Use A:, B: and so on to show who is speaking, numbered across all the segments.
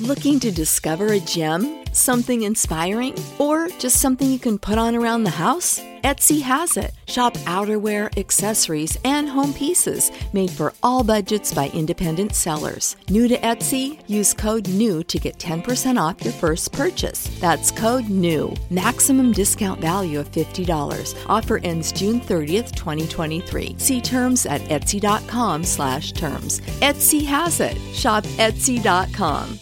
A: Looking to discover a gem, something inspiring, or just something you can put on around the house? Etsy has it. Shop outerwear, accessories, and home pieces made for all budgets by independent sellers. New to Etsy? Use code NEW to get 10% off your first purchase. That's code NEW. Maximum discount value of $50. Offer ends June 30th, 2023. See terms at etsy.com slash terms. Etsy has it. Shop etsy.com.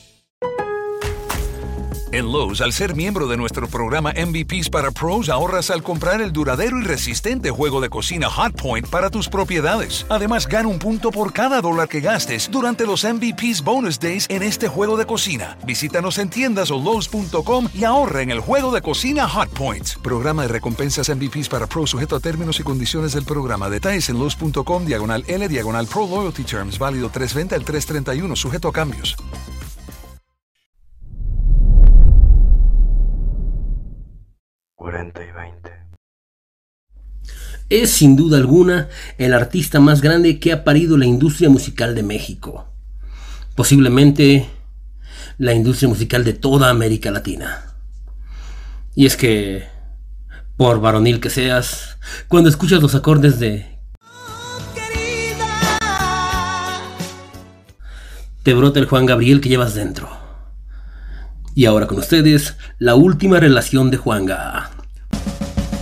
B: En Lowe's, al ser miembro de nuestro programa MVPs para Pros, ahorras al comprar el duradero y resistente juego de cocina Hotpoint para tus propiedades. Además, gana un punto por cada dólar que gastes durante los MVPs Bonus Days en este juego de cocina. Visítanos en tiendas o Lowe's.com y ahorra en el juego de cocina Hotpoint. Programa de recompensas MVPs para Pros sujeto a términos y condiciones del programa. Detalles en Lowe's.com, diagonal L, diagonal Pro Loyalty Terms, válido 320 al 331, sujeto a cambios.
C: Es sin duda alguna el artista más grande que ha parido la industria musical de México. Posiblemente la industria musical de toda América Latina. Y es que, por varonil que seas, cuando escuchas los acordes de... Te brota el Juan Gabriel que llevas dentro. Y ahora con ustedes, la última relación de Juanga.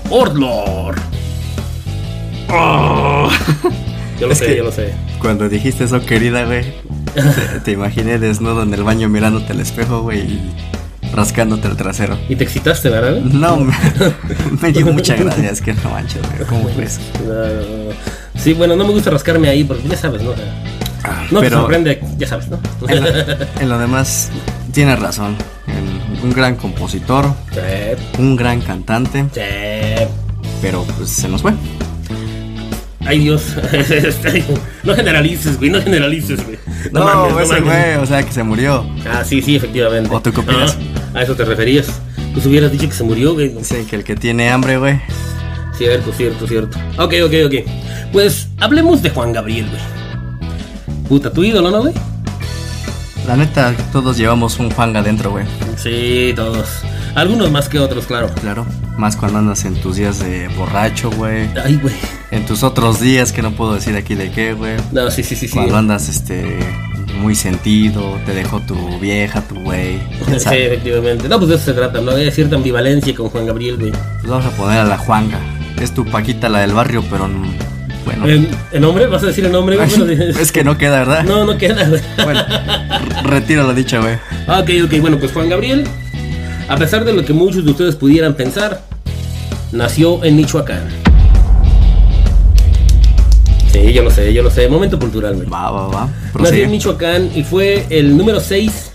C: Ordlor.
D: Oh. Yo lo
E: Es
D: sé,
E: que-
D: yo lo sé.
E: Cuando dijiste eso, querida, güey, te, te imaginé desnudo en el baño mirándote al espejo, güey, y rascándote el trasero.
D: Y te excitaste, ¿verdad? güey?
E: No, me, me dio mucha gracia, es que no manches, güey, ¿cómo crees?
D: No, no, no. Sí, bueno, no me gusta rascarme ahí porque ya sabes, ¿no? O sea, No te
E: Pero en
D: sorprende, ya sabes, ¿no?
E: lo, en lo demás, tienes razón. El- un gran compositor,
D: Sí,
E: un gran cantante,
D: sí.
E: pero pues se nos fue.
D: Ay, Dios. no generalices, güey, no generalices, güey.
E: No,
D: mames,
E: ese
D: mames.
E: güey, o sea, que se murió.
D: Ah, sí, sí, efectivamente.
E: O tú qué opinas.
D: Ah, a eso te referías. Pues hubieras dicho que se murió, güey.
E: Dicen que el que tiene hambre, güey,
D: Cierto, cierto, cierto. Ok, ok, ok. Pues hablemos de Juan Gabriel, güey. Puta, tu ídolo, ¿no, güey?
E: la neta, todos llevamos un Juanga adentro, güey.
D: Sí, todos. Algunos más que otros, claro.
E: Claro, más cuando andas en tus días de borracho, güey.
D: Ay, güey.
E: En tus otros días, que no puedo decir aquí de qué, güey.
D: No, sí, sí, sí, sí.
E: Cuando andas, este, muy sentido, te dejó tu vieja, tu güey. ya
D: Sí,
E: sabes.
D: efectivamente. No, pues de eso se trata, ¿no? Hay cierta ambivalencia con Juan Gabriel, güey.
E: Pues vamos a poner a la Juanga. Es tu Paquita, la del barrio, pero mm, bueno.
D: ¿El, el nombre? ¿Vas a decir el nombre? güey? Bueno, de-
E: es que no queda, ¿verdad?
D: No, no queda, güey.
E: Bueno, r- retiro la dicha, güey.
D: Ah, Ok, ok, bueno, pues Juan Gabriel, a pesar de lo que muchos de ustedes pudieran pensar, nació en Michoacán. Sí, yo lo sé, yo lo sé. Momento cultural, güey.
E: Va, va, va.
D: Nació en
E: Prosigue.
D: Michoacán y fue el número 6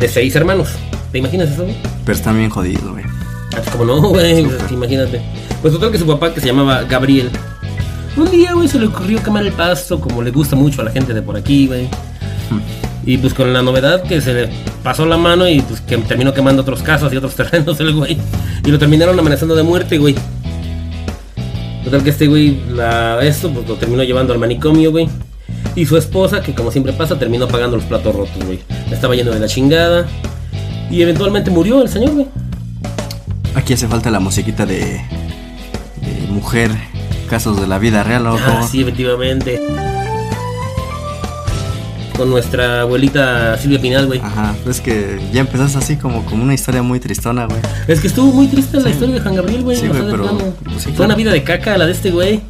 D: de seis hermanos. ¿Te imaginas eso, güey?
E: Pero está bien jodido, güey.
D: Ah, pues, como no, güey, pues, imagínate. Pues total que su papá, que se llamaba Gabriel, un día, güey, se le ocurrió quemar el pasto, como le gusta mucho a la gente de por aquí, güey. Y pues con la novedad que se le pasó la mano y pues que terminó quemando otros casas y otros terrenos el güey. Y lo terminaron amenazando de muerte, güey. Total que este güey, la, esto, pues lo terminó llevando al manicomio, güey. Y su esposa, que como siempre pasa, terminó pagando los platos rotos, güey. Le Estaba yendo de la chingada. Y eventualmente murió el señor, güey.
E: Aquí hace falta la musiquita de. de mujer, casos de la vida real, ojo.
D: Ah, sí, efectivamente. Con nuestra abuelita Silvia Pinal, güey.
E: Ajá, es que ya empezaste así como, como una historia muy tristona, güey.
D: Es que estuvo muy triste la historia de Juan Gabriel, güey.
E: Sí,
D: o sea,
E: güey,
D: de
E: pero-
D: plano.
E: pues sí,
D: Fue
E: claro.
D: una vida de caca la de este güey.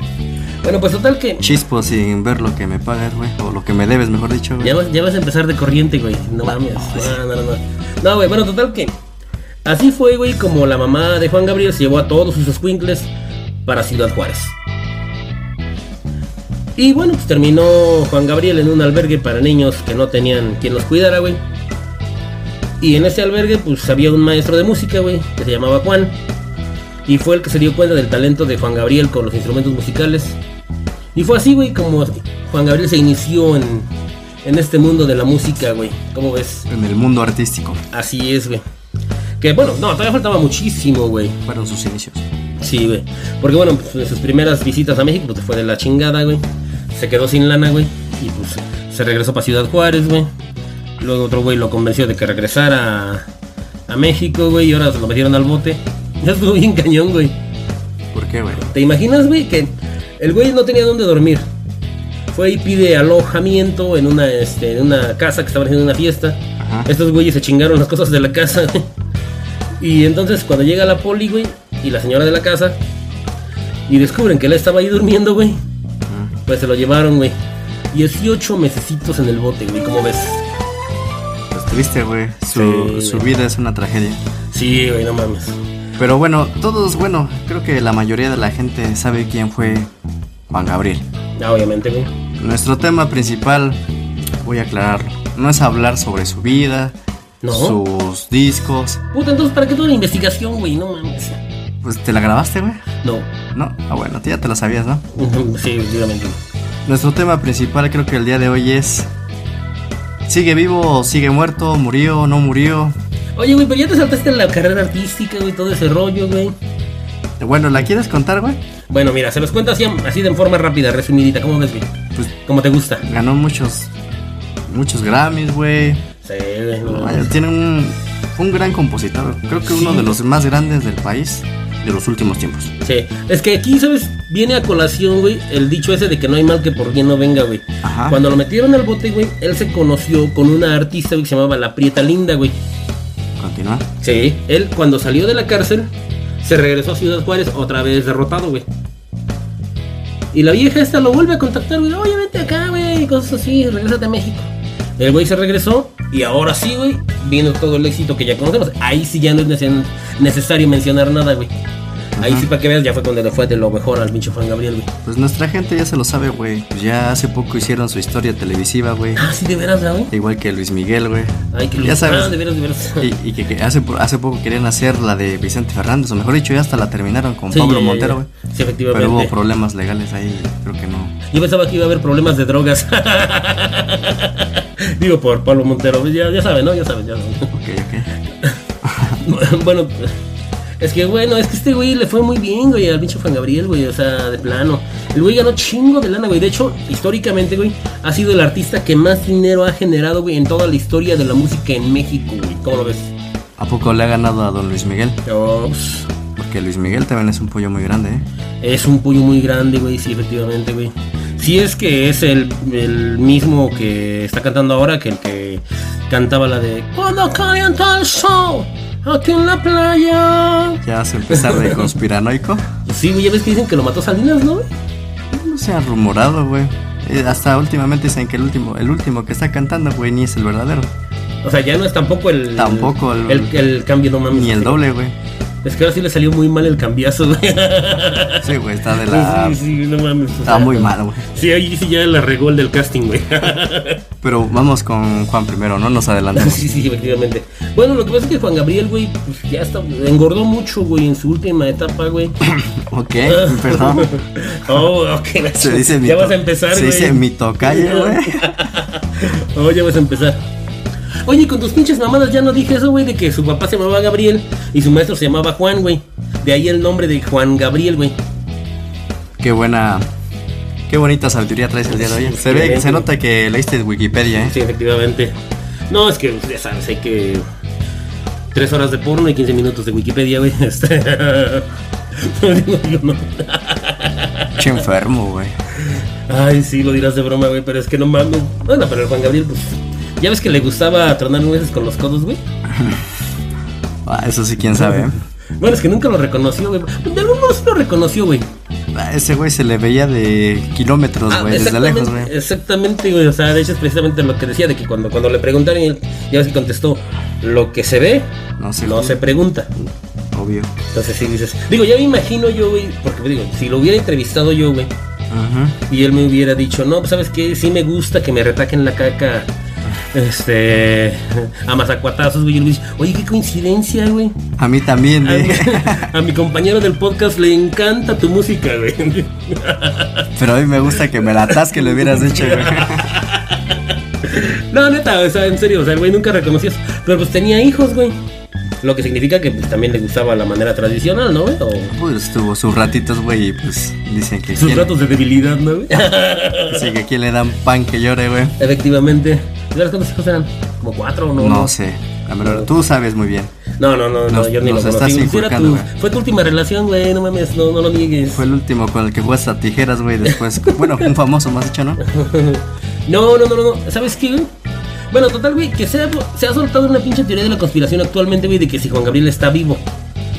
D: Bueno, pues total que.
E: Chispo sin ver lo que me pagas, güey, o lo que me debes, mejor dicho, güey.
D: Ya vas, ya vas a empezar de corriente, güey. No mames. No, no, no, no. No, güey, bueno, total que. Así fue, güey, como la mamá de Juan Gabriel se llevó a todos sus escuincles para Ciudad Juárez. Y bueno, pues terminó Juan Gabriel en un albergue para niños que no tenían quien los cuidara, güey. Y en ese albergue, pues había un maestro de música, güey, que se llamaba Juan. Y fue el que se dio cuenta del talento de Juan Gabriel con los instrumentos musicales. Y fue así, güey, como Juan Gabriel se inició en, en este mundo de la música, güey. ¿Cómo ves?
E: En el mundo artístico
D: Así es, güey. Que bueno, no, todavía faltaba muchísimo, güey.
E: fueron sus inicios.
D: Sí, güey. Porque bueno, pues, en sus primeras visitas a México pues, fue de la chingada, güey. Se quedó sin lana, güey. Y pues se regresó para Ciudad Juárez, güey. Luego otro güey lo convenció de que regresara a, a México, güey, y ahora se lo metieron al bote. Ya estuvo bien cañón, güey.
E: ¿Por qué, güey?
D: ¿Te imaginas, güey, que el güey no tenía dónde dormir? Fue y pide alojamiento en una, este, en una casa que estaba haciendo una fiesta.
E: Ajá.
D: Estos güeyes se chingaron las cosas de la casa. güey. Y entonces cuando llega la poli, güey, y la señora de la casa, y descubren que él estaba ahí durmiendo, güey,
E: Ah.
D: pues se lo llevaron, güey. 18 mesecitos en el bote, güey, como ves.
E: Pues triste, güey.
D: Sí,
E: Su,
D: güey.
E: su vida es una tragedia.
D: Sí, güey, no mames.
E: Pero bueno, todos, bueno, creo que la mayoría de la gente sabe quién fue Juan Gabriel.
D: Ah, obviamente, güey.
E: Nuestro tema principal, voy a aclararlo, no es hablar sobre su vida,
D: No.
E: sus discos.
D: Puta, entonces, ¿para qué toda la investigación, güey? No mames.
E: Pues, ¿Te la grabaste, güey?
D: No.
E: No, ah, bueno, tú ya te la sabías, ¿no?
D: Sí, obviamente.
E: Nuestro tema principal creo que el día de hoy es... ¿Sigue vivo? ¿Sigue muerto? ¿Murió? ¿No murió?
D: Oye, güey, pero ya te saltaste la carrera artística, güey, todo ese rollo, güey.
E: Bueno, ¿la quieres contar, güey?
D: Bueno, mira, se los cuento así, así de forma rápida, resumidita. ¿Cómo ves, güey?
E: Pues-
D: Como te gusta.
E: Ganó muchos... Muchos Grammys, güey.
D: Sí, güey. no
E: Vaya,
D: mames.
E: Tiene un, un gran compositor. Creo que uno de los más grandes del país de los últimos tiempos.
D: Sí. Es que aquí, ¿sabes? Viene a colación, güey, el dicho ese de que no hay mal que por bien no venga, güey.
E: Ajá.
D: Cuando lo metieron al bote, güey, él se conoció con una artista güey, que se llamaba La Prieta Linda, güey.
E: Continúa.
D: Sí. Él, cuando salió de la cárcel, se regresó a Ciudad Juárez otra vez derrotado, güey. Y la vieja esta lo vuelve a contactar, güey. Oye, vente acá, güey. y Cosas así, regrésate a México. El güey se regresó y ahora sí, güey, vino todo el éxito que ya conocemos. Ahí sí ya no es nece- necesario mencionar nada, güey. Ahí sí, para que veas, ya fue cuando le fue de lo mejor al pinche Juan Gabriel, güey.
E: Pues nuestra gente ya se lo sabe, güey. Pues ya hace poco hicieron su historia televisiva, güey.
D: Ah, sí, de veras, ¿verdad, güey.
E: Igual que Luis Miguel, güey.
D: Ay, que
E: Ya sabes.
D: Ah, de veras, de veras.
E: Y, y que, que hace, po- hace poco querían hacer la de Vicente Fernández, o mejor dicho, ya hasta la terminaron con
D: Sí, eh,
E: Pablo
D: ya, ya,
E: Montero,
D: ya.
E: güey.
D: Sí, efectivamente.
E: Pero hubo problemas legales ahí, creo que no.
D: Yo pensaba que iba a haber problemas de drogas. Digo, por Pablo Montero. pues Ya, ya saben, ¿no? Ya saben, ya saben.
E: Ok, ok.
D: bueno, es que bueno, es que este güey le fue muy bien, güey, al pinche Juan Gabriel, güey. O sea, de plano. El güey ganó chingo de lana, güey. De hecho, históricamente, güey, ha sido el artista que más dinero ha generado, güey, en toda la historia de la música en México, güey. ¿Cómo lo ves?
E: ¿A poco le ha ganado a don Luis Miguel?
D: Yo, pues,
E: Porque Luis Miguel también es un pollo muy grande, ¿eh?
D: Es un pollo muy grande, güey, sí, efectivamente, güey. Sí es que es el, el mismo que está cantando ahora que el que cantaba la de Cuando calienta el sol aquí en la playa. Pues
E: Ya hace empezar de conspiranoico.
D: Sí, güey, ya ves que dicen que lo mató Salinas, ¿no? güey?
E: No se ha rumorado, güey. Eh, Hasta últimamente dicen que el último, el último que está cantando, güey, ni es el verdadero.
D: O sea, ya no es tampoco el...
E: Tampoco
D: el...
E: el-
D: El, cambio, no mames.
E: Ni el doble, güey.
D: Es que ahora sí le salió muy mal el cambiazo, güey.
E: Sí, güey, está de la...
D: Sí, sí, no mames. o
E: Está
D: sea,
E: muy mal, güey.
D: Sí, ahí sí ya la regó el del casting, güey.
E: Pero vamos con Juan primero, no nos adelantamos.
D: Sí, sí, efectivamente. Bueno, lo que pasa es que Juan Gabriel, güey, pues ya está, engordó mucho, güey, en su última etapa, güey.
E: ok, perdón.
D: Oh, ok.
E: Se dice mi
D: Ya
E: to-
D: vas a empezar,
E: Se
D: güey.
E: dice mi tocalle, güey.
D: Oh, ya vas a empezar. Oye, con tus pinches mamadas ya no dije eso, güey, de que su papá se llamaba Gabriel y su maestro se llamaba Juan, güey. De ahí el nombre de Juan Gabriel, güey.
E: Qué buena. Qué bonita sabiduría traes el día de hoy. Se ve, se nota que leíste Wikipedia,
D: Sí,
E: ¿eh?
D: efectivamente. No, es que, ya sabes, hay que... Tres horas de porno y 15 minutos de Wikipedia, güey. Este... No digo yo, no.
E: Che enfermo, güey.
D: Ay, sí, lo dirás de broma, güey, pero es que no mames. Bueno, pero el Juan Gabriel, pues. Ya ves que le gustaba tronar nueces con los codos, güey.
E: Ah, eso sí, quién sabe, ¿eh?
D: Bueno, es que nunca lo reconoció, güey. De algún modo sí lo reconoció, güey.
E: Ah, Ese güey se le veía de kilómetros,
D: Ah,
E: Pues, güey, desde
D: exactamente,
E: lejos, güey.
D: Exactamente, güey. O sea, de hecho es precisamente lo que decía, de que cuando, cuando le preguntaron, él- ya ves que contestó, lo que se ve,
E: No se
D: no
E: juzga".
D: se pregunta.
E: Obvio.
D: Entonces sí dices, digo, ya me imagino yo, güey, porque pues, digo, si lo hubiera entrevistado yo, güey,
E: Ajá.
D: Y él me hubiera dicho, no, pues, sabes qué, sí me gusta que me retaquen la caca. Este. A mazacuatazos, güey. Yo le hubiera dicho, oye, qué coincidencia, güey.
E: A mí también,
D: A,
E: güey.
D: a mi compañero del podcast le encanta tu música, güey.
E: Pero a mí me gusta que me la atasque, le hubieras dicho, güey.
D: No, neta, o sea, en serio, o sea, el güey nunca reconoció eso. Pero pues tenía hijos, güey. Lo que significa que pues, también le gustaba la manera tradicional, ¿no, güey? O
E: Pues tuvo sus ratitos, güey, y pues dicen que
D: sus
E: quién-
D: ratos de debilidad, ¿no, güey?
E: Así que aquí le dan pan que llore, güey.
D: Efectivamente. populares cuántos hijos eran? ¿Como cuatro o no?
E: No sé. La verdad, tú sabes muy bien.
D: No, no, no, no,
E: Nos-
D: yo ni lo
E: nos
D: conocí.
E: estás
D: güey. Si era
E: inculcando,
D: tu-
E: güey.
D: fue tu última relación, güey, no mames, no, no lo niegues.
E: Fue el último con el que jugaste a tijeras, güey. Después, bueno, un famoso más hecho, ¿no?
D: No, no, no, no, no. ¿Sabes qué, güey? Bueno, total, güey, que se ha, se ha soltado una pinche teoría de la conspiración actualmente, güey, de que si Juan Gabriel está vivo.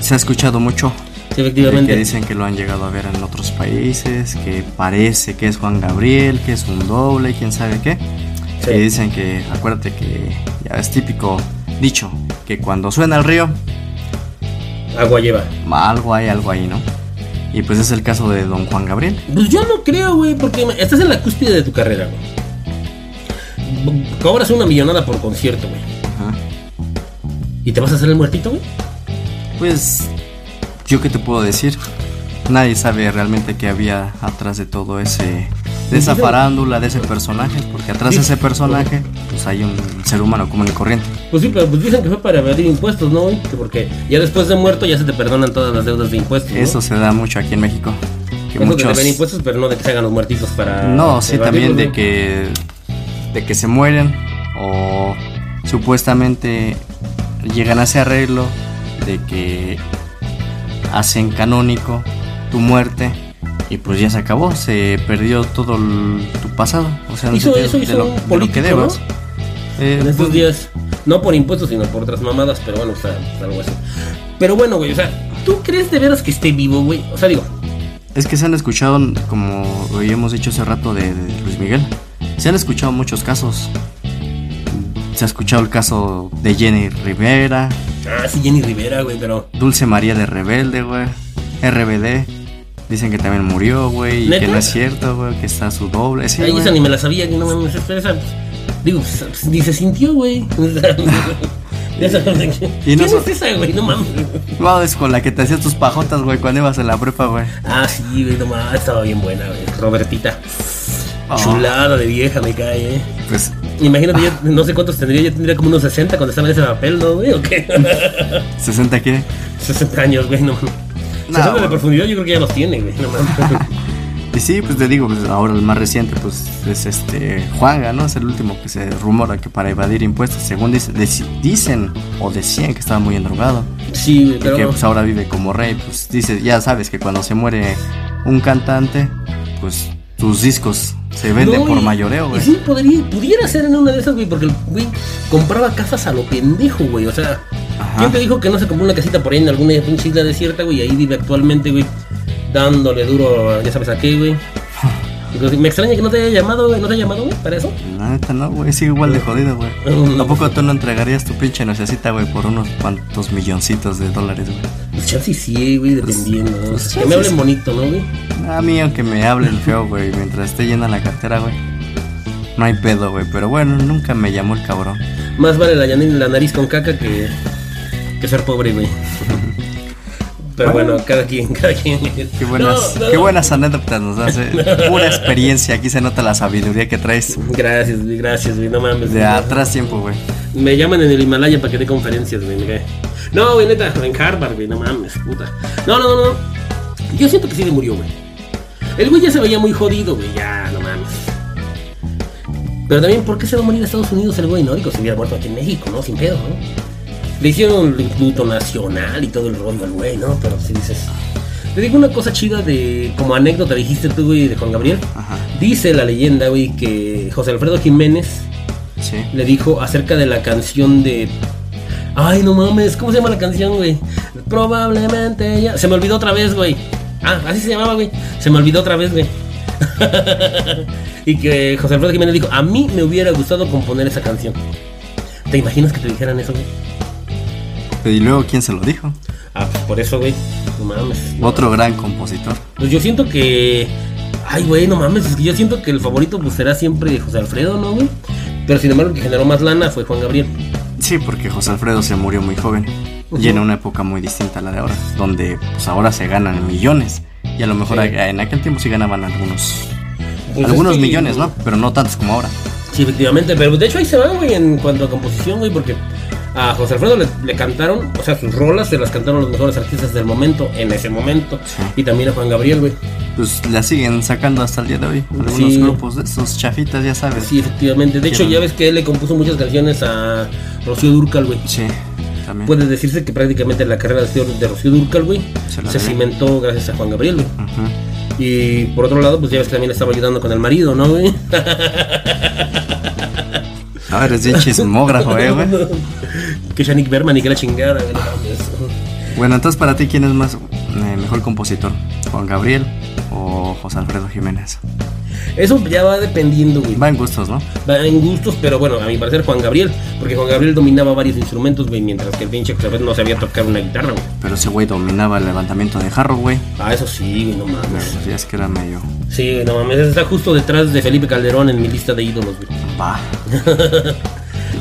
E: Se ha escuchado mucho.
D: Sí,
E: de Que
D: efectivamente.
E: dicen que lo han llegado a ver en otros países, que parece que es Juan Gabriel, que es un doble, quién sabe qué.
D: Sí.
E: Que dicen que, acuérdate que ya es típico dicho, que cuando suena el río,
D: Agua lleva.
E: algo hay, algo ahí, ¿no? Y pues es el caso de don Juan Gabriel.
D: Pues yo no creo, güey, porque ma- estás en la cúspide de tu carrera, güey. B- Cobras una millonada por concierto, güey.
E: Ajá.
D: ¿Y te vas a hacer el muertito, güey?
E: Pues, ¿yo qué te puedo decir? Nadie sabe realmente qué había atrás de todo ese. de esa farándula, de ese personaje, porque atrás de ese personaje, pues hay un ser humano común y corriente.
D: Pues sí, pero pues dicen que fue para evadir impuestos, ¿no, güey? Que Porque ya después de muerto ya se te perdonan todas las deudas de impuestos. ¿no?
E: Eso se da mucho aquí en México. Que
D: Es lo que
E: muchos.
D: deben impuestos, pero no de que se hagan los muertitos para.
E: No, sí,
D: evadirlos,
E: también de
D: güey.
E: que. de que se mueren o supuestamente llegan a ese arreglo de que hacen canónico tu muerte y pues ya se acabó, se perdió todo el- tu pasado. O sea, no
D: Hizo
E: te-
D: eso, hizo un político,
E: Eh,
D: En estos
E: pues,
D: días, no por impuestos, sino por otras mamadas, pero bueno, o sea, pues, algo así. Pero bueno, güey, o sea, ¿tú crees de veras que esté vivo, güey? O sea, digo,
E: Es que se han escuchado, como habíamos dicho hace rato de, de Luis Miguel, se han escuchado muchos casos. Se ha escuchado el caso de Jenny Rivera,
D: ah, sí, Jenny Rivera, güey, pero.
E: Dulce María de Rebelde, güey, RBD. Dicen que también murió, güey, y
D: ¿Neta?
E: que no es cierto, güey, que está su doble. Sí,
D: Ay,
E: güey.
D: esa ni me la sabía, que no mames, esa- esa- Digo, pues, pues, ni se sintió, güey. O sea, esa- ¿Quién
E: no so-
D: es esa, güey? No mames.
E: Wow, es con la que te hacías tus pajotas, güey, cuando ibas en la prepa, güey.
D: Ah, sí, güey, no mames, estaba bien buena, Ah. güey. Robertita.
E: Oh.
D: Chulada de vieja, me cae, eh.
E: Pues
D: Imagínate, yo no sé cuántos tendría, yo tendría como unos 60 cuando estaba en ese papel, ¿no, güey? ¿O qué?
E: 60 que
D: 60 años, güey, no mames.
E: No,
D: 60 de
E: güey.
D: profundidad yo creo que ya los tiene, güey, no mames.
E: Y sí, pues te digo, pues ahora el más reciente pues es este Juanga, ¿no? Es el último que se rumora que para evadir impuestos, según dice- deci- dicen o decían que estaba muy endrogado
D: Sí, güey,
E: y que
D: pero...
E: pues ahora vive como rey, pues dice, ya sabes que cuando se muere un cantante, pues tus discos se venden
D: No,
E: por
D: y-
E: mayoreo,
D: Y
E: güey.
D: sí, podría, pudiera ser en una de esas, güey, porque el güey compraba casas a lo pendejo, güey. O sea,
E: Ajá.
D: ¿quién te dijo que no se compró una casita por ahí en alguna pinche isla desierta, güey? Y ahí vive actualmente, güey, dándole duro, ya sabes a qué, güey. Entonces, Me extraña que no te haya llamado, güey. ¿No te ha llamado, güey, para eso?
E: La neta no, güey, sigue igual de jodido, güey.
D: Mm.
E: Tampoco tú no entregarías tu pinche necesita, güey, por unos cuantos milloncitos de dólares, güey.
D: Pues chance y sí, güey, dependiendo. ¿no?
E: pues,
D: que me
E: chance
D: hablen
E: sí.
D: bonito, ¿no, güey?
E: A mí, aunque Ah, me hable el feo, güey, mientras esté llena la cartera, güey. No hay pedo, güey, pero bueno, nunca me llamó el cabrón.
D: Más vale la, llana- la nariz con caca que, que ser pobre, güey. Pero bueno, cada quien, cada quien.
E: Qué buenas,
D: No, no,
E: qué
D: no.
E: buenas anécdotas nos das, eh. Pura experiencia, aquí se nota la sabiduría que traes
D: Gracias, güey, gracias, güey, no mames.
E: de
D: güey.
E: atrás tiempo, güey.
D: Me llaman en el Himalaya para que dé conferencias, güey, me cae. No, güey, neta, en Harvard, güey, no mames, puta. No, no, no, no. Yo siento que sí le murió, güey. El güey ya se veía muy jodido, güey, ya, no mames. Pero también, ¿por qué se va a morir a Estados Unidos el güey? No, digo, se hubiera muerto aquí en México, ¿no? Sin pedo, ¿no? Le hicieron el luto nacional y todo el rollo al güey, ¿no? Pero si dices... Te digo una cosa chida de... Como anécdota dijiste tú, güey, de Juan Gabriel.
E: Ajá.
D: Dice la leyenda, güey, que José Alfredo Jiménez
E: Sí.
D: le dijo acerca de la canción de. Ay, no mames, ¿cómo se llama la canción, güey? Probablemente ya. Se me olvidó otra vez, güey. Ah, así se llamaba, güey. Se me olvidó otra vez, güey. y que José Alfredo Jiménez dijo: A mí me hubiera gustado componer esa canción. ¿Te imaginas que te dijeran eso, güey?
E: Y luego, ¿quién se lo dijo?
D: Ah, pues por eso, güey. No mames.
E: Otro gran compositor.
D: Pues yo siento que. Ay, güey, no mames, es que yo siento que el favorito pues será siempre José Alfredo, ¿no, güey? Pero sin embargo, el que generó más lana fue Juan Gabriel.
E: Sí, porque José Alfredo se murió muy joven y en una época muy distinta a la de ahora, donde pues ahora se ganan millones y a lo mejor
D: Sí.
E: a- en aquel tiempo sí ganaban algunos,
D: Pues es
E: algunos
D: que-
E: millones, ¿no? Pero no tantos como ahora.
D: Sí, efectivamente, pero de hecho ahí se van, güey, en cuanto a composición, güey, porque a José Alfredo le, le cantaron, o sea, sus rolas se las cantaron los mejores artistas del momento, en ese momento,
E: Sí.
D: y también a Juan Gabriel, güey.
E: pues la siguen sacando hasta el día de hoy. Algunos
D: Sí.
E: grupos de esos chafitas, ya sabes.
D: Sí, efectivamente. De hecho, ya ves que él le compuso muchas canciones a Rocío Durcal, güey.
E: Sí, también.
D: Puede decirse que prácticamente la carrera de Rocío- de Rocío Durcal, güey,
E: Se la
D: se
E: debe.
D: cimentó gracias a Juan Gabriel, güey.
E: Ujú.
D: Y por otro lado, pues ya ves que también le estaba ayudando con el marido, ¿no, güey?
E: No, eres bien chismógrafo, eh, güey.
D: que Shanik Berman y que la chingada, güey. no mames.
E: Bueno, entonces para ti, ¿quién es más eh, mejor compositor? ¿Juan Gabriel o José Alfredo Jiménez?
D: Eso ya va dependiendo, güey.
E: Va en gustos, ¿no?
D: Va en gustos, pero bueno, a mi parecer Juan Gabriel, porque Juan Gabriel dominaba varios instrumentos, güey, mientras que el pinche Chávez no sabía tocar una guitarra, güey.
E: Pero ese güey dominaba el levantamiento de jarro, güey.
D: Ah, eso sí, güey, no
E: Pero pues,
D: mames.
E: ya es que era medio.
D: Sí, güey, no mames, está justo detrás de Felipe Calderón en mi lista de ídolos, güey.
E: Va.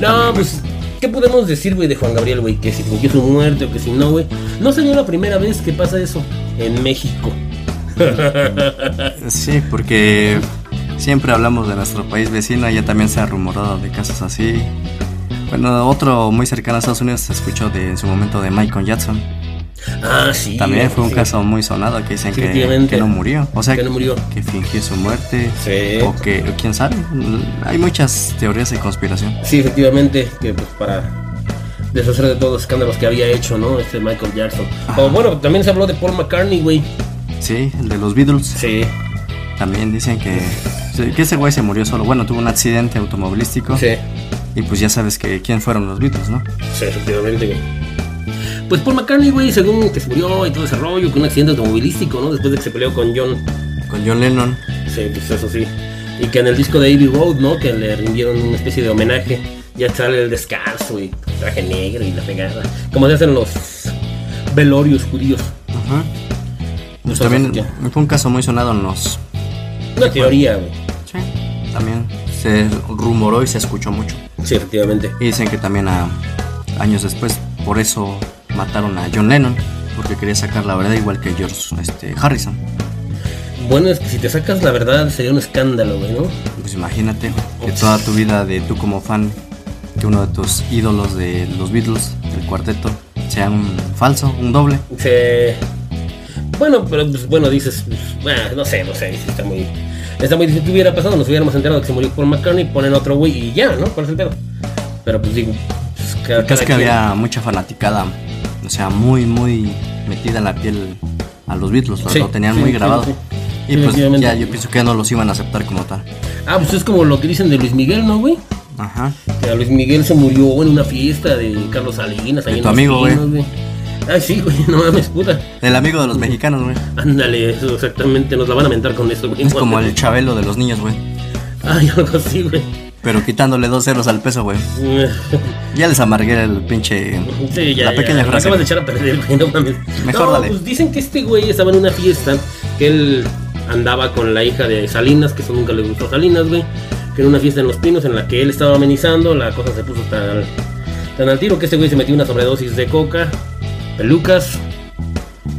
D: No, pues, ¿qué podemos decir, güey, de Juan Gabriel, güey? Que si fingió su muerte o que si no, güey. No sería la primera vez que pasa eso en México.
E: Sí, porque siempre hablamos de nuestro país vecino, ya también se ha rumorado de casos así. Bueno, otro muy cercano a Estados Unidos se escuchó de, en su momento de Michael Jackson.
D: Ah, sí.
E: También
D: güey,
E: fue un
D: sí.
E: caso muy sonado que dicen que,
D: Efectivamente.
E: que no murió. O sea,
D: Que no murió.
E: que fingió su muerte.
D: Sí.
E: O que, o quién sabe. Hay muchas teorías de conspiración.
D: Sí, efectivamente, que pues para deshacer de todos los escándalos que había hecho, ¿no? Este Michael Jackson. O bueno, también se habló de Paul McCartney, güey.
E: Sí, el de los Beatles.
D: Sí,
E: También dicen que, que ese güey se murió solo. Bueno, tuvo un accidente automovilístico.
D: sí,
E: Y pues ya sabes que quién fueron los Beatles, ¿no?
D: sí, efectivamente, güey. Pues Paul McCartney, güey, según que se murió y todo ese rollo, con un accidente automovilístico, ¿no? Después de que se peleó con John.
E: Con John Lennon.
D: Sí, pues eso sí. Y que en el disco de Abbey Road, ¿no? Que le rindieron una especie de homenaje. Ya sale el descanso y traje negro y la pegada. Como se hacen los velorios judíos.
E: Ajá. Pues
D: Entonces,
E: también
D: ya.
E: fue un caso muy sonado en los.
D: Una teoría, güey.
E: Sí. También se rumoró y se escuchó mucho.
D: Sí, efectivamente.
E: Y dicen que también a, años después, por eso mataron a John Lennon. Porque quería sacar la verdad igual que George este, Harrison.
D: Bueno, es que si te sacas la verdad sería un escándalo, güey, ¿no?
E: Pues imagínate que toda tu vida de tú como fan, que uno de tus ídolos de los Beatles, del cuarteto, sea un falso, un doble.
D: Se... Bueno, pero pues, bueno, dices, pues, bueno, no sé, no sé, dices, está muy... Está muy difícil, si hubiera pasado, nos hubiéramos enterado que se murió Paul McCartney, ponen otro güey y ya, ¿no? ¿Cuál es el pedo? Pero pues digo, pues, cada-
E: El caso
D: cada
E: es que
D: quien-
E: había mucha fanaticada, o sea, muy, muy metida en la piel a los Beatles,
D: Sí,
E: lo tenían
D: sí,
E: muy
D: sí,
E: grabado.
D: sí.
E: Y pues
D: Definitivamente.
E: ya yo pienso que ya no los iban a aceptar como tal.
D: Ah, pues es como lo que dicen de Luis Miguel, ¿no, güey?
E: Ajá.
D: Que a Luis Miguel se murió en una fiesta de Carlos Salinas. ahí
E: De
D: en
E: tu
D: Los
E: amigo, güey.
D: Pinos, Ah, sí, güey, no mames, puta.
E: El amigo de los mexicanos, güey.
D: Ándale, eso exactamente, nos la van a mentar con eso, güey.
E: Es como el chabelo de los niños, güey.
D: Ay, algo así, güey.
E: Pero quitándole dos ceros al peso, güey. Ya les amargué el pinche...
D: Sí, ya,
E: la
D: ya,
E: pequeña
D: la
E: frase.
D: Acabas de echar a perder, güey, no mames.
E: Mejor
D: No,
E: dale.
D: Pues dicen que este güey estaba en una fiesta, que él andaba con la hija de Salinas, que eso nunca le gustó a Salinas, güey. Que era una fiesta en Los Pinos en la que él estaba amenizando, la cosa se puso tan, tan al tiro que este güey se metió una sobredosis de coca, pelucas,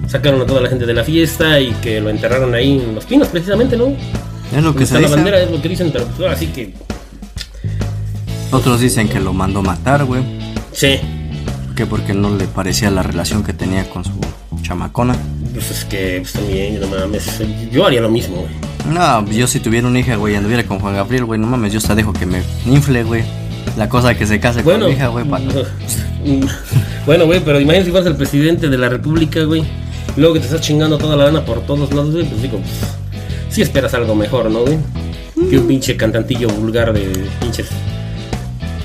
D: sacaron a toda la gente de la fiesta y que lo enterraron ahí en Los Pinos, precisamente, ¿no?
E: Es lo
D: Donde
E: que se
D: está la
E: dice.
D: bandera, es lo que dicen, pero pues ahora sí que...
E: Otros dicen que lo mandó matar, güey.
D: Sí,
E: Que porque no le parecía la relación que tenía con su chamacona.
D: pues es que pues, también, no mames, yo haría lo mismo, güey.
E: No, yo si tuviera una hija, güey, y anduviera con Juan Gabriel, güey, no mames, yo hasta dejo que me infle, güey. La cosa que se case
D: Bueno,
E: con mi hija, güey, pa-
D: mm, bueno, güey, pero imagínate si fueras el presidente de la República, güey. Luego que te estás chingando toda la lana por todos lados, güey, pues digo, pues, sí esperas algo mejor, ¿no, güey? Que un pinche cantantillo vulgar de pinches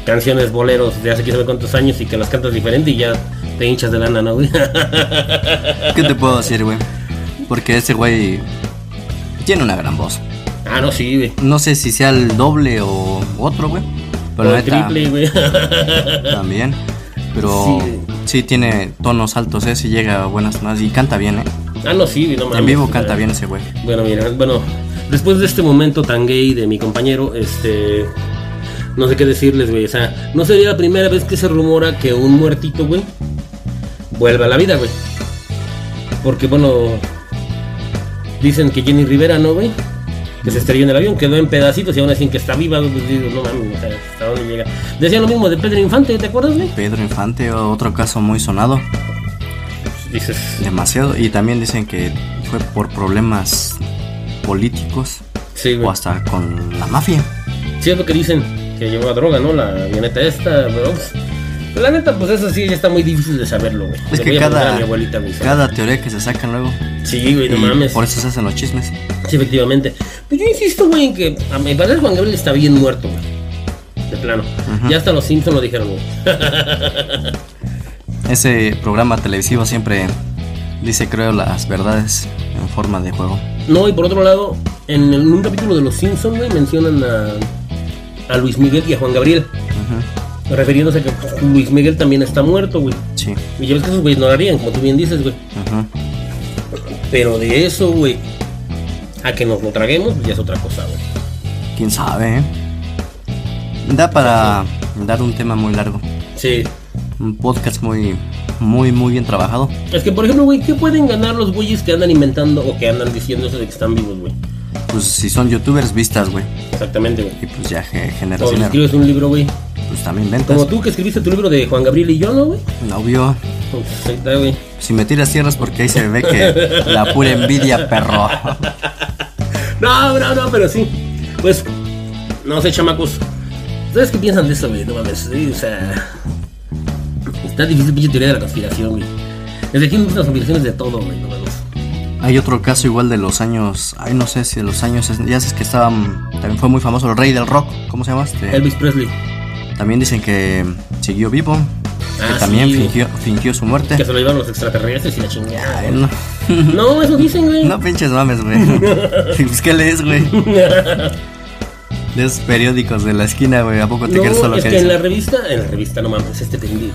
D: canciones boleros de hace quién sabe cuántos años y que las cantas diferente y ya te hinchas de lana, ¿no, güey?
E: ¿Qué te puedo decir, güey? Porque ese güey tiene una gran voz.
D: ah, no, sí, güey.
E: No sé si sea el doble o otro, güey. Pero
D: O
E: la neta,
D: triple, güey.
E: también. Pero
D: Sí, güey.
E: sí tiene tonos altos, eh, sí llega a buenas tonadas y canta bien, eh.
D: ah, no, sí, güey, no mames.
E: En vivo
D: O sea,
E: canta bien ese güey.
D: Bueno, mira, bueno, después de este momento tan gay de mi compañero, este. No sé qué decirles, güey. O sea, no sería la primera vez que se rumora que un muertito, güey, vuelve a la vida, güey. Porque, bueno, dicen que Jenny Rivera, ¿no, güey? Que se estrelló en el avión, quedó en pedacitos y aún así que está viva, güey, pues digo, no mames, o sea, ¿hasta dónde llega? Decían lo mismo de Pedro Infante, ¿te acuerdas, güey?
E: Pedro Infante, otro caso muy sonado.
D: Dices,
E: Demasiado. Y también dicen que fue por problemas políticos
D: Sí, güey.
E: o hasta con la mafia.
D: Sí, es lo que dicen, que llevaba droga, ¿no? La avioneta esta, pero pues, la neta, pues eso sí está muy difícil de saberlo, güey.
E: Es
D: Le
E: que
D: voy a preguntar
E: cada,
D: a mi abuelita, güey.
E: cada teoría que se sacan luego.
D: Sí, güey, no
E: y
D: mames.
E: Por eso se hacen los chismes.
D: Sí, efectivamente. Pero yo insisto, güey, en que a mi parecer Juan Gabriel está bien muerto, güey. De plano. Ya hasta los Simpsons lo dijeron, güey.
E: Ese programa televisivo siempre dice, creo, las verdades en forma de juego.
D: No, y por otro lado, en, el- en un capítulo de los Simpsons, güey, mencionan a, a Luis Miguel y a Juan Gabriel. Refiriéndose a que pues, Luis Miguel también está muerto, güey.
E: Sí.
D: Y ya ves que esos güeyes no lo harían, como tú bien dices, güey.
E: ujú.
D: Pero de eso, güey, a que nos lo traguemos, pues ya es otra cosa, güey.
E: ¿Quién sabe? eh? Da para dar un tema muy largo.
D: Sí.
E: Un podcast muy, muy, muy bien trabajado.
D: Es que, por ejemplo, güey, ¿qué pueden ganar los güeyes que andan inventando o que andan diciendo eso de que están vivos, güey?
E: Pues si son youtubers, vistas, güey.
D: Exactamente, güey.
E: Y pues ya ge- generas
D: O si
E: dinero.
D: escribes un libro, güey.
E: Pues también ventas.
D: Como tú que escribiste tu libro de Juan Gabriel y yo, ¿no, güey?
E: Obvio.
D: Pues ahí está, güey.
E: Si me tiras tierras porque ahí se ve que la pura envidia, perro.
D: No, no, no, pero sí. Pues, no sé, chamacos. ¿Ustedes qué piensan de eso, güey? No mames, sí, o sea. Está difícil, pinche teoría de la conspiración, güey. Desde aquí nos gustan las conspiraciones de todo, güey, no mames.
E: Hay otro caso igual de los años, ay no sé si de los años, ya sé que estaban, también fue muy famoso el rey del rock, ¿cómo se llama? este?
D: Elvis Presley.
E: También dicen que siguió vivo,
D: Ah,
E: que también
D: sí.
E: fingió, fingió su muerte.
D: Que se lo llevan los extraterrestres y la chingada.
E: Ay,
D: güey.
E: no,
D: No, eso dicen, güey.
E: no pinches mames, güey. pues, ¿Qué lees, güey? De esos periódicos de la esquina, güey, ¿a poco te
D: No,
E: crees solo
D: es
E: que
D: que
E: dicen?
D: en la revista, en la revista, no mames, este pendejo.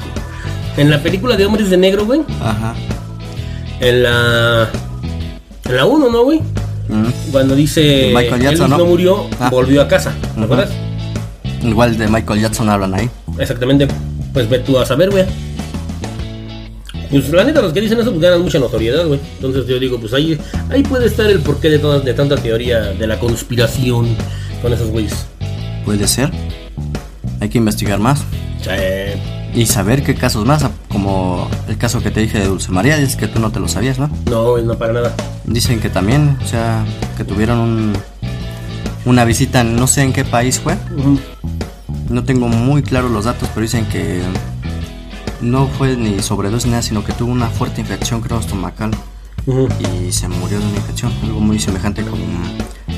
D: En la película de Hombres de Negro, güey.
E: Ajá.
D: En la. En la 1, ¿no, güey?
E: Mm.
D: Cuando dice.
E: De Michael Jackson,
D: Elvis
E: ¿no?
D: no murió,
E: Ah.
D: volvió a casa. ¿Te
E: Ujú.
D: acuerdas?
E: Igual de Michael Jackson hablan ahí.
D: Exactamente. Pues ve tú a saber, güey. Pues la neta, los que dicen eso pues, ganan mucha notoriedad, güey. Entonces yo digo, pues ahí, ahí puede estar el porqué de, todas, de tanta teoría de la conspiración con esos güeyes.
E: Puede ser. Hay que investigar más.
D: Che.
E: Y saber qué casos más, como el caso que te dije de Dulce María, es que tú no te lo sabías, ¿no?
D: No, güey, no para nada.
E: Dicen que también, o sea, que tuvieron un- una visita, no sé en qué país fue,
D: Ujú.
E: no tengo muy claro los datos, pero dicen que no fue ni sobredosis ni nada, sino que tuvo una fuerte infección, creo, estomacal,
D: Ujú.
E: y se murió de una infección, algo muy semejante como,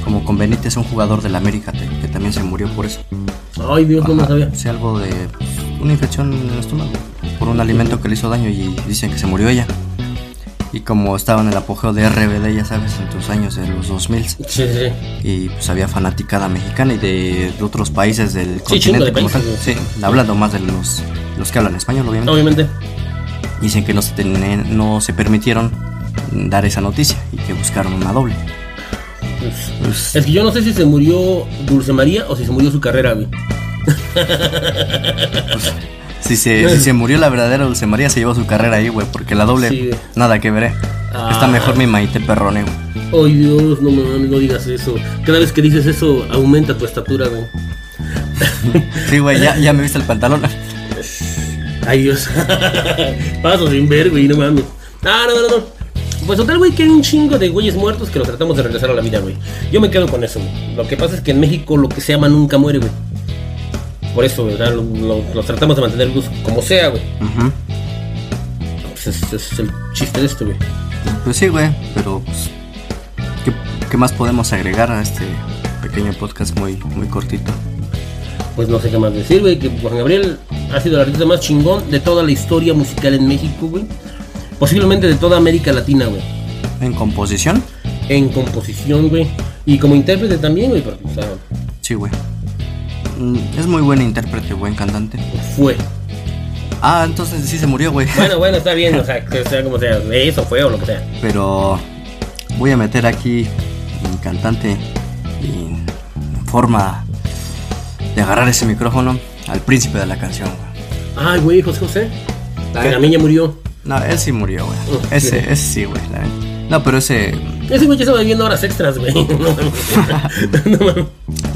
E: como con Benítez, un jugador del América, te- que también se murió por eso.
D: Ay, Dios, no me
E: Ajá,
D: sabía.
E: sí, algo de pues, una infección en el estómago por un alimento que le hizo daño y dicen que se murió ella. Y como estaba en el apogeo de RBD, ya sabes, en tus años de los 2000
D: Sí, sí, sí.
E: y pues había fanaticada mexicana y de, de otros países del
D: chingo
E: continente
D: de
E: como
D: países,
E: tal. Sí, hablando más de los, los que hablan español, obviamente.
D: Obviamente.
E: Dicen que no se, tenían- no se permitieron dar esa noticia y que buscaron una doble.
D: Pues, es que yo no sé si se murió Dulce María o si se murió su carrera, güey.
E: Si se, si se murió la verdadera Dulce María, se llevó su carrera ahí, güey, porque la doble,
D: Sí, güey.
E: nada que veré.
D: Ah.
E: Está mejor mi maite perrone, güey.
D: Ay, Dios, no mames, no digas eso. Cada vez que dices eso, aumenta tu estatura, güey.
E: Sí, güey, ya, ya me viste el pantalón.
D: Ay, Dios. Paso sin ver, güey, no mames. Ah, no, no, no. Pues total, güey, que hay un chingo de güeyes muertos que los tratamos de regresar a la vida, güey. Yo me quedo con eso, güey. Lo que pasa es que en México lo que se ama nunca muere, güey. Por eso, ¿verdad? Lo- lo- los tratamos de mantener vivos como sea, güey.
E: Ujú.
D: Pues ese es el chiste de esto, güey.
E: Pues sí, güey, pero pues, ¿qué, qué más podemos agregar a este pequeño podcast muy, muy cortito?
D: Pues no sé qué más decir, güey, que Juan Gabriel ha sido el artista más chingón de toda la historia musical en México, güey. Posiblemente de toda América Latina, güey.
E: ¿En composición?
D: En composición, güey. Y como intérprete también, güey, porque, o sea,
E: Sí, güey. Mm, Es muy buen intérprete, buen cantante.
D: fue.
E: Ah, entonces sí se murió, güey.
D: Bueno, bueno, está bien, o sea, que sea como sea, eso fue o lo que sea.
E: Pero voy a meter aquí un cantante y forma de agarrar ese micrófono al príncipe de la canción, güey.
D: Ay, güey, José José. Ah.
E: La
D: Que
E: neta.
D: también ya murió.
E: No, él sí murió, güey.
D: Oh,
E: Ese,
D: sí.
E: ese sí, güey. la neta. No, pero ese
D: Ese güey ya estaba viviendo horas extras, güey. No mames. No mames.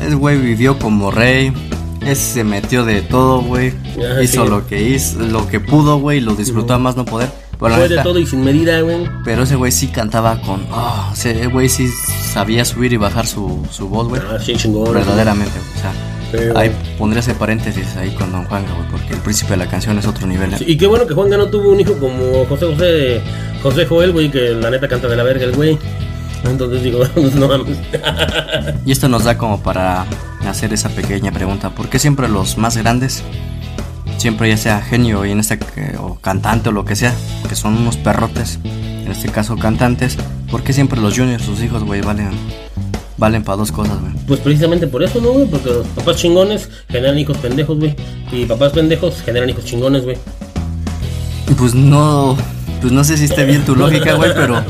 E: El güey vivió como rey. Ese se metió de todo, güey.
D: Ah,
E: hizo
D: sí.
E: lo que hizo, lo que pudo, güey. Lo disfrutó a más no poder. Pero la
D: Fue de
E: neta,
D: todo y sin medida, güey.
E: Pero ese güey sí cantaba con. ah, ese güey sí sabía subir y bajar su, su voz, güey.
D: Ah, sí, chingón.
E: Verdaderamente, güey, o sea.
D: Pero-
E: Ahí pondría ese paréntesis ahí con Don Juan, güey, porque el príncipe de la canción es otro nivel. eh.
D: Sí, y qué bueno que Juan no tuvo un hijo como José José, José Joel, güey, que la neta canta de la verga el güey. Entonces digo, pues no mames.
E: Y esto nos da como para hacer esa pequeña pregunta, ¿por qué siempre los más grandes, siempre ya sea genio y en este que- o cantante o lo que sea, que son unos perrotes, en este caso cantantes, ¿por qué siempre los juniors, sus hijos, güey, valen valen para dos cosas, güey?
D: Pues precisamente por eso, ¿no, güey? Porque los papás chingones generan hijos pendejos, güey. Y papás pendejos generan hijos chingones, güey.
E: Pues no, pues no sé si esté bien tu lógica, güey, pero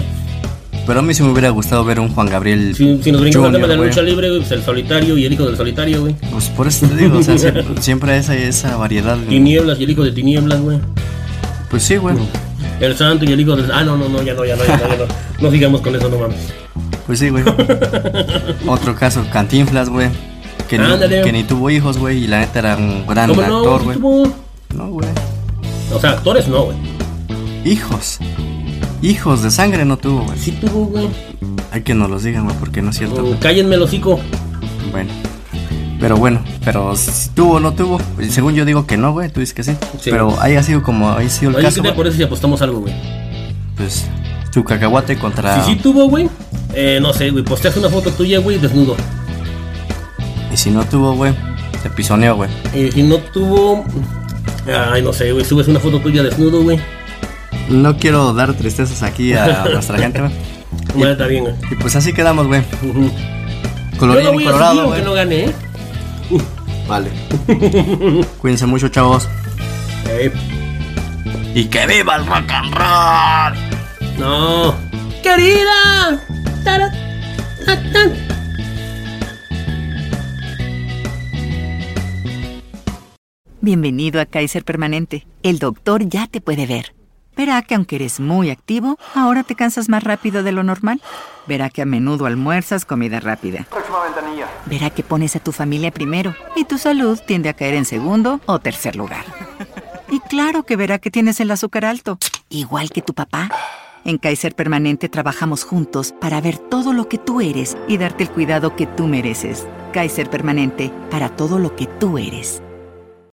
E: pero a mí sí me hubiera gustado ver un Juan Gabriel
D: Si, si nos brincamos el
E: Junior,
D: tema de la
E: güey.
D: lucha libre, güey, pues el solitario y el hijo del solitario, güey.
E: Pues por eso te digo, o sea, siempre, siempre esa esa variedad. güey.
D: Tinieblas y el hijo de tinieblas, güey.
E: Pues sí, güey.
D: El santo y el hijo del... Ah, no, no, no, ya no, ya no, ya no. ya no. No sigamos con eso, no mames.
E: Pues sí, güey. Otro caso, Cantinflas, güey. Que, ni-
D: Ándale.
E: que ni tuvo hijos, güey. Y la neta era un gran
D: ¿Cómo no?
E: actor,
D: Sí
E: güey.
D: tuvo-
E: No, güey.
D: O sea, actores no, güey.
E: Hijos. Hijos de sangre no tuvo, güey.
D: Sí tuvo, güey.
E: Hay que nos los digan, güey, porque no es cierto.
D: Oh,
E: güey.
D: Cállenme el hocico.
E: Bueno. Pero bueno, pero si tuvo o no tuvo. pues Según yo digo que no, güey. Tú dices que sí.
D: Sí.
E: Pero haya sido como haya sido el
D: Oye,
E: caso,
D: ¿qué te
E: güey.
D: parece si apostamos algo, güey?
E: Pues tu cacahuate contra.
D: Si sí tuvo, güey, eh, no sé, güey, posteas una foto tuya, güey, desnudo.
E: Y si no tuvo, güey. Te pisoneó, güey.
D: Eh, si no tuvo... Ay, no sé, güey, subes una foto tuya desnudo, güey.
E: No quiero dar tristezas aquí a nuestra gente, güey.
D: Bueno, está bien, güey.
E: Y pues así quedamos, güey.
D: Ujú. Yo no
E: Colorido y
D: voy a
E: colorado,
D: decir que
E: güey.
D: no gané, ¿eh?
E: Vale. Cuídense mucho, chavos.
D: Eh,
E: Y que viva el rock and roll.
D: no. ¡Querida! Tara, ta, ta.
F: Bienvenido a Kaiser Permanente. El doctor ya te puede ver. Verá que aunque eres muy activo, ahora te cansas más rápido de lo normal. Verá que a menudo almuerzas comida rápida. Verá que pones a tu familia primero y tu salud tiende a caer en segundo o tercer lugar. Y claro que verá que tienes el azúcar alto, igual que tu papá. En Kaiser Permanente trabajamos juntos para ver todo lo que tú eres y darte el cuidado que tú mereces. Kaiser Permanente, para todo lo que tú eres.